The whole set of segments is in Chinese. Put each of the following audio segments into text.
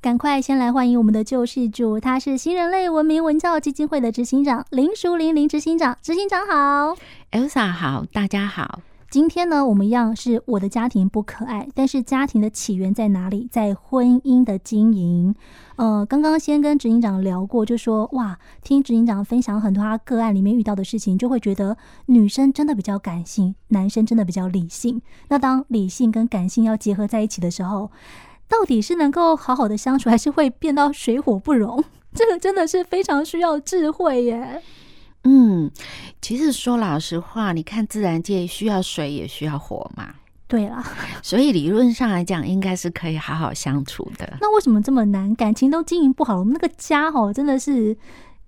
赶快先来欢迎我们的救世主，他是新人类文明文教基金会的执行长林淑玲林执行长，执行长好。 Elsa 好，大家好。今天呢，我们一样是我的家庭不可爱，但是家庭的起源在哪里？在婚姻的经营。呃，刚刚先跟执行长聊过，就说哇，听执行长分享很多他个案里面遇到的事情，就会觉得女生真的比较感性，男生真的比较理性。那当理性跟感性要结合在一起的时候，到底是能够好好的相处，还是会变到水火不容？ 这个真的是非常需要智慧耶。嗯，其实说老实话，你看自然界需要水也需要火嘛，对啦，所以理论上来讲，应该是可以好好相处的。那为什么这么难？感情都经营不好，我们那个家哦，真的是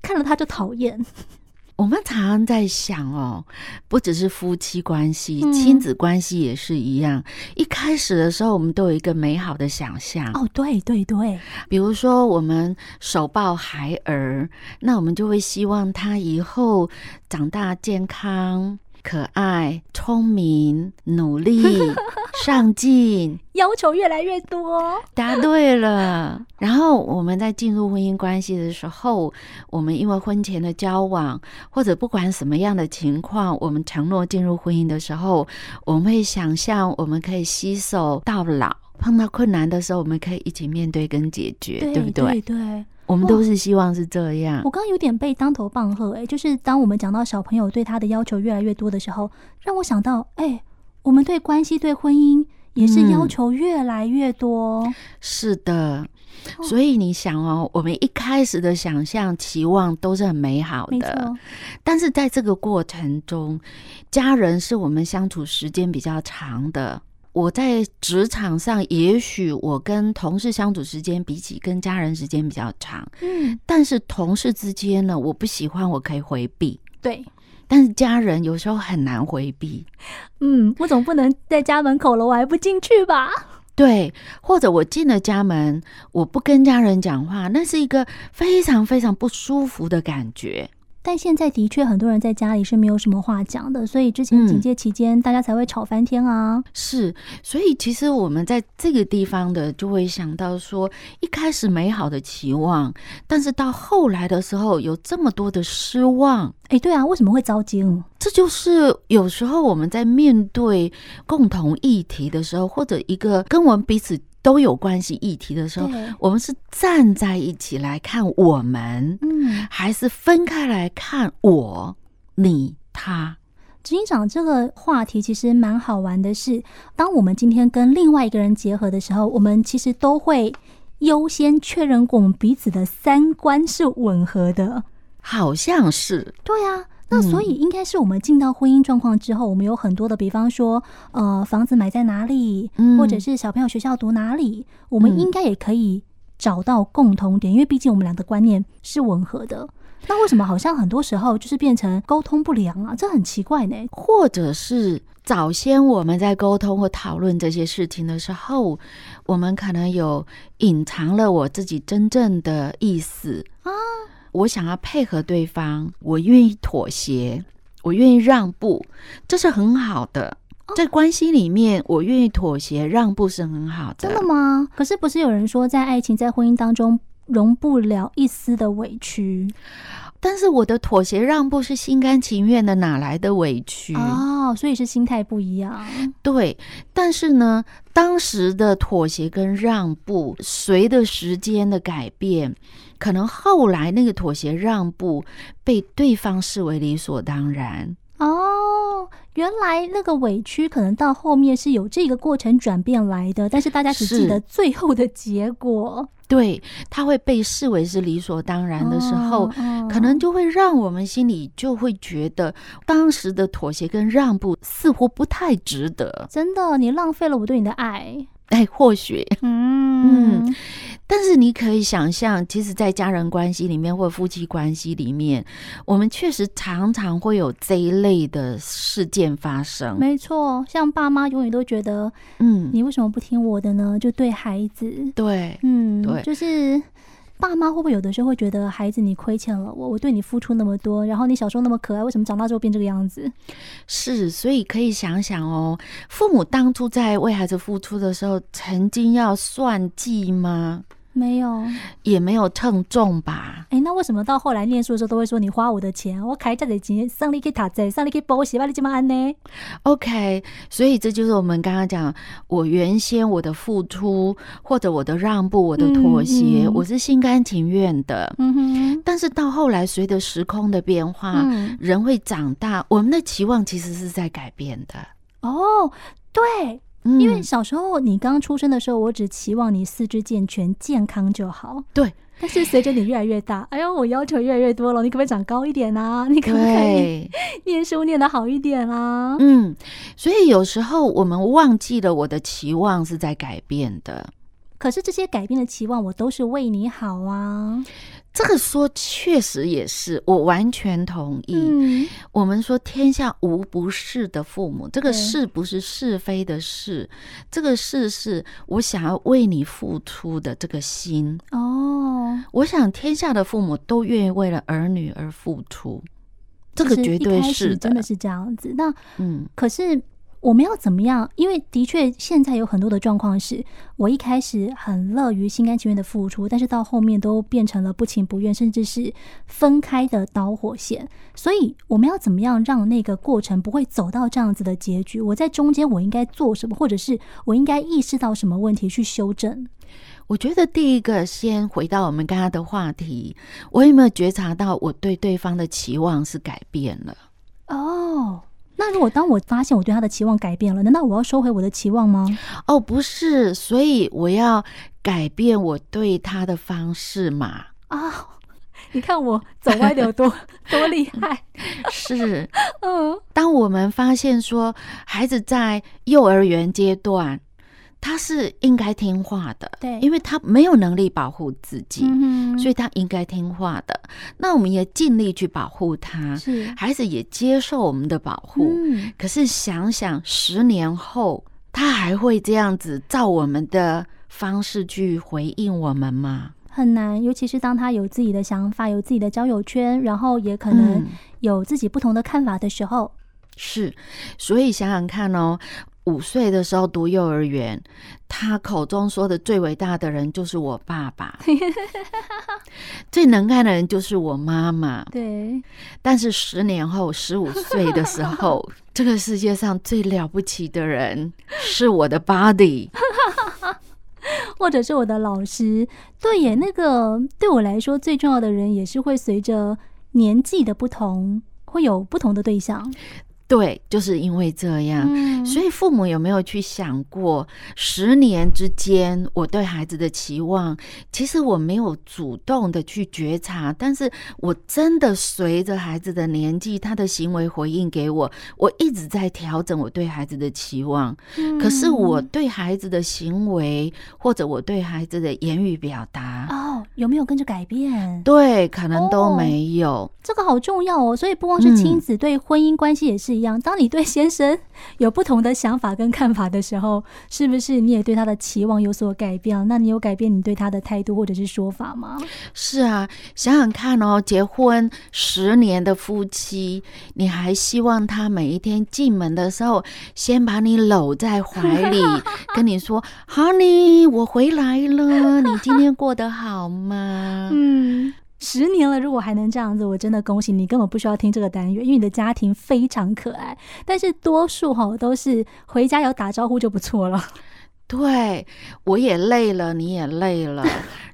看了他就讨厌。 我们常常在想哦，不只是夫妻关系，嗯亲子关系也是一样。一开始的时候，我们都有一个美好的想象，哦，对对对，比如说我们手抱孩儿，那我们就会希望他以后长大健康、可爱、聪明、努力、上进。要求越来越多。答对了。然后我们在进入婚姻关系的时候，我们因为婚前的交往，或者不管什么样的情况，我们承诺进入婚姻的时候，我们会想象我们可以携手到老。碰到困难的时候，我们可以一起面对跟解决，对不对对？嗯对我们都是希望是这样我。刚刚有点被当头棒喝，哎，就是当我们讲到小朋友对他的要求越来越多的时候，让我想到，哎，我们对关系、对婚姻也是嗯要求越来越多。是的哦，所以你想哦，我们一开始的想象、期望都是很美好没的，错，但是在这个过程中，家人是我们相处时间比较长的。我在职场上，也许我跟同事相处时间比起跟家人时间比较长，嗯，但是同事之间呢，我不喜欢，我可以回避，对，但是家人有时候很难回避。嗯，我总不能在家门口了，我还不进去吧？对，或者我进了家门，我不跟家人讲话，那是一个非常非常不舒服的感觉。但现在的确很多人在家里是没有什么话讲的，所以之前嗯警戒期间大家才会吵翻天啊。是，所以其实我们在这个地方的，就会想到说，一开始美好的期望，但是到后来的时候，有这么多的失望。哎、对啊，为什么会遭惊？这就是有时候我们在面对共同议题的时候，或者一个跟我们彼此都有关系议题的时候，对，我们是啊站在一起来看我们，嗯，还是分开来看我、你、他。执行长这个话题其实蛮好玩的是，当我们今天跟另外一个人结合的时候，我们其实都会优先确认过我们彼此的三观是吻合的。好像是，对啊。那所嗯以应该是我们进到婚姻状况之后，我们有很多的，比方说，呃，房子买在哪里，嗯或者是小朋友学校读哪里，我们嗯应该也可以找到共同点，因为毕竟我们俩的观念是吻合的。那为什么好像很多时候就是变成沟通不良啊？这很奇怪呢。或者是早先我们在沟通或讨论这些事情的时候，我们可能有隐藏了我自己真正的意思啊。我想要配合对方，我愿意妥协，我愿意让步，这是很好的。哦在关系里面，我愿意妥协让步是很好真的吗？啊可是不是有人说，在爱情、在婚姻当中容不了一丝的委屈但是我的妥协让步是心甘情愿的，哪来的委屈？哦，所以是心态不一样。对，但是呢，当时的妥协跟让步，随着时间的改变，可能后来那个妥协让步被对方视为理所当然。哦，原来那个委屈可能到后面是有这个过程转变来的，但是大家只记是得最后的结果。对，他会被视为是理所当然的时候，哦哦可能就会让我们心里就会觉得当时的妥协跟让步似乎不太值得。真的你浪费了我对你的 爱。哎，或许，嗯但是你可以想象，其实，在家人关系里面或夫妻关系里面，我们确实常常会有这一类的事件发生。没错，像爸妈永远都觉得嗯，你为什么不听我的呢？就对孩子，对，嗯，对就是爸妈会不会有的时候会觉得孩子你亏欠了我，我对你付出那么多，然后你小时候那么可爱，为什么长大之后变这个样子？是，所以可以想想哦，父母当初在为孩子付出的时候，曾经要算计吗？没有。也没有称重吧？哎，那为什么到后来念书的时候都会说你花我的钱，我开这的钱上你去读这，上你去补习，把你怎么安呢？ OK，所以这就是我们刚刚讲，我原先我的付出或者我的让步、我的妥协，嗯嗯我是心甘情愿的。嗯哼，但是到后来，随着时空的变化，嗯，人会长大，我们的期望其实是在改变的。哦，对，嗯因为小时候你刚出生的时候，我只期望你四肢健全、健康就好。对。但是随着你越来越大，哎呦，我要求越来越多了，你可不可以长高一点啊？你可不可以对， 念书念得好一点啊？嗯，所以有时候我们忘记了我的期望是在改变的。可是这些改变的期望，我都是为你好啊。这个说确实也是，我完全同意。嗯，我们说天下无不是的父母，这个对是不是是非的是，这个是是我想要为你付出的这个心。哦，我想天下的父母都愿意为了儿女而付出，这个其实绝一对开是始的。真的是这样子。那嗯，可是我们要怎么样？因为的确现在有很多的状况是，我一开始很乐于心甘情愿的付出，但是到后面都变成了不情不愿，甚至是分开的导火线。所以我们要怎么样让那个过程不会走到这样子的结局？我在中间我应该做什么，或者是我应该意识到什么问题去修正？我觉得第一个先回到我们刚刚的话题，我有没有觉察到我对对方的期望是改变了？哦。那如果当我发现我对他的期望改变了，难道我要收回我的期望吗？哦，不是，所以我要改变我对他的方式嘛。 啊、你看我走歪的有 多多厉害，是，嗯，当我们发现说孩子在幼儿园阶段，他是应该听话的，对因为他没有能力保护自己，嗯哼所以他应该听话的。那我们也尽力去保护他，是孩子也接受我们的保护。嗯，可是想想十年后，他还会这样子照我们的方式去回应我们吗？很难，尤其是当他有自己的想法、有自己的交友圈，然后也可能嗯有自己不同的看法的时候，是，所以想想看哦，五岁的时候读幼儿园，他口中说的最伟大的人就是我爸爸，最能干的人就是我妈妈。对，但是十年后，十五岁的时候，这个世界上最了不起的人是我的 body。或者是我的老师，对耶，那个对我来说最重要的人，也是会随着年纪的不同，会有不同的对象，对，就是因为这样。嗯所以父母有没有去想过，十年之间我对孩子的期望，其实我没有主动的去觉察，但是我真的随着孩子的年纪，他的行为回应给我，我一直在调整我对孩子的期望。嗯可是我对孩子的行为，或者我对孩子的言语表达，哦，有没有跟着改变？对，可能都哦没有。这个好重要哦，所以不光是亲子，对婚姻关系也是一样。当你对先生 有不同的想法跟看法的时候，是不是你也对他的期望有所改变？那你有改变你对他的态度或者是说法吗？是啊，想想看哦，结婚十年的夫妻，你还希望他每一天进门的时候，先把你搂在怀里，跟你说：“Honey，我回来了，你今天过得好吗嗯。十年了，如果还能这样子，我真的恭喜你，根本不需要听这个单元，因为你的家庭非常可爱。但是多数哈都是回家有打招呼就不错了。？”对，我也累了，你也累了，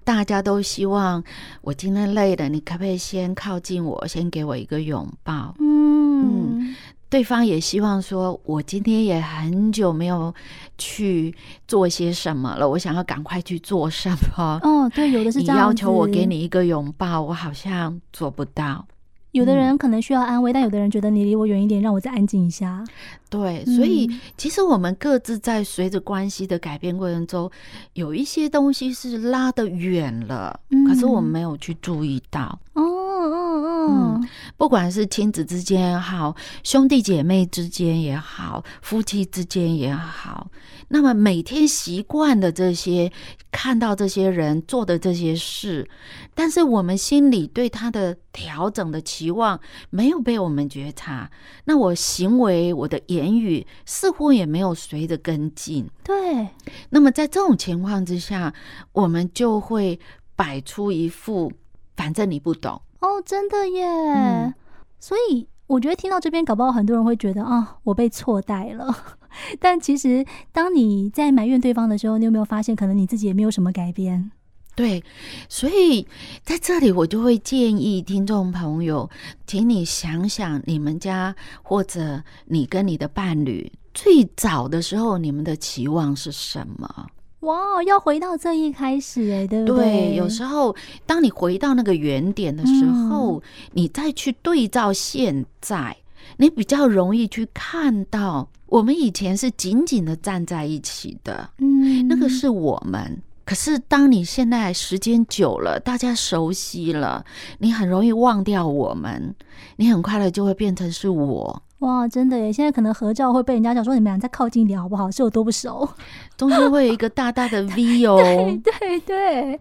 大家都希望我今天累了，你可不可以先靠近我，先给我一个拥抱？嗯，对方也希望说，我今天也很久没有去做些什么了，我想要赶快去做什么。哦，对，有的是 你这样子。要求我给你一个拥抱，我好像做不到。有的嗯人可能需要安慰，但有的人觉得你离我远一点，让我再安静一下。对，所以嗯其实我们各自在随着关系的改变过程中，有一些东西是拉得远了，可是我嗯们没有去注意到。哦哦哦哦，不管是亲子之间也好，兄弟姐妹之间也好，夫妻之间也好，那么每天习惯的这些，看到这些人做的这些事，但是我们心里对他的调整的期望没有被我们觉察，那我行为、我的言语似乎也没有随着跟进。对，那么在这种情况之下，我们就会摆出一副反正你不懂。哦，真的耶。嗯所以我觉得听到这边，搞不好很多人会觉得啊，我被错待了。 但其实，当你在埋怨对方的时候，你有没有发现，可能你自己也没有什么改变？对，所以在这里我就会建议听众朋友，请你想想你们家或者你跟你的伴侣最早的时候，你们的期望是什么？哇，要回到这一开始哎，对不对，对，有时候当你回到那个原点的时候，你再去对照现在，你比较容易去看到我们以前是紧紧的站在一起的，嗯，那个是我们。可是，当你现在时间久了，大家熟悉了，你很容易忘掉我们，你很快的就会变成是我。哇，真的耶！现在可能合照会被人家讲说，你们俩再靠近一点好不好？是有多不熟？，哦中间会有一个大大的 V 哦 对对，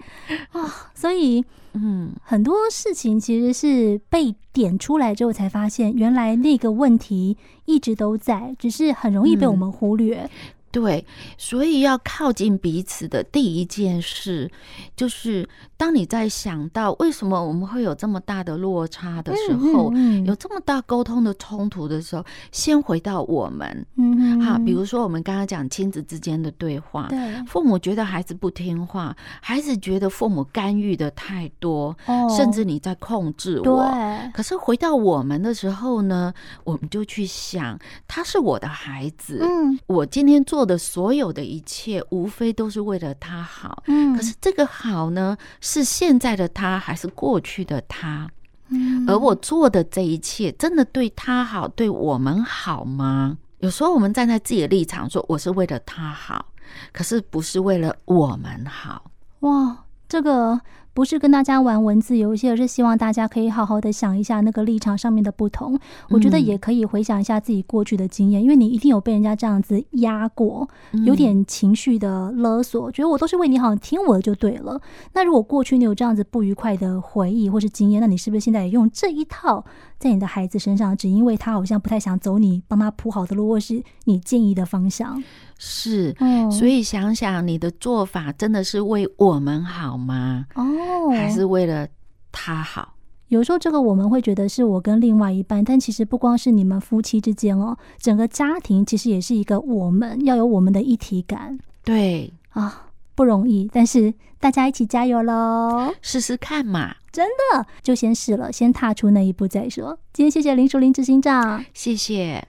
啊，所以嗯，很多事情其实是被点出来之后才发现，原来那个问题一直都在，只是很容易被我们忽略。对，所以要靠近彼此的第一件事，就是当你在想到为什么我们会有这么大的落差的时候，嗯有，这么大沟通的冲突的时候，先回到我们。嗯哈，比如啊说我们刚刚讲亲子之间的对话，对，父母觉得孩子不听话，孩子觉得父母干预的太多，哦甚至你在控制我。对，可是回到我们的时候呢，我们就去想，他是我的孩子，嗯我今天做的所有的一切，无非都是为了他好。嗯，可是这个好呢，是现在的他还是过去的他？嗯，而我做的这一切，真的对他好，对我们好吗？有时候我们站在自己的立场说，我是为了他好，可是不是为了我们好。哇，这个不是跟大家玩文字游戏，而是希望大家可以好好的想一下那个立场上面的不同。我觉得嗯也可以回想一下自己过去的经验，因为你一定有被人家这样子压过，嗯有点情绪的勒索，觉得我都是为你好，你听我的就对了。那如果过去你有这样子不愉快的回忆或是经验，那你是不是现在也用这一套在你的孩子身上？只因为他好像不太想走你帮他铺好的路，或是你建议的方向。是，哦所以想想你的做法真的是为我们好吗？哦，还是为了他好？有时候这个我们会觉得是我跟另外一半，但其实不光是你们夫妻之间哦，整个家庭其实也是一个我们要有我们的一体感对，啊，不容易。但是大家一起加油喽！试试看嘛。就先试了，先踏出那一步再说。今天谢谢林淑玲执行长。谢谢。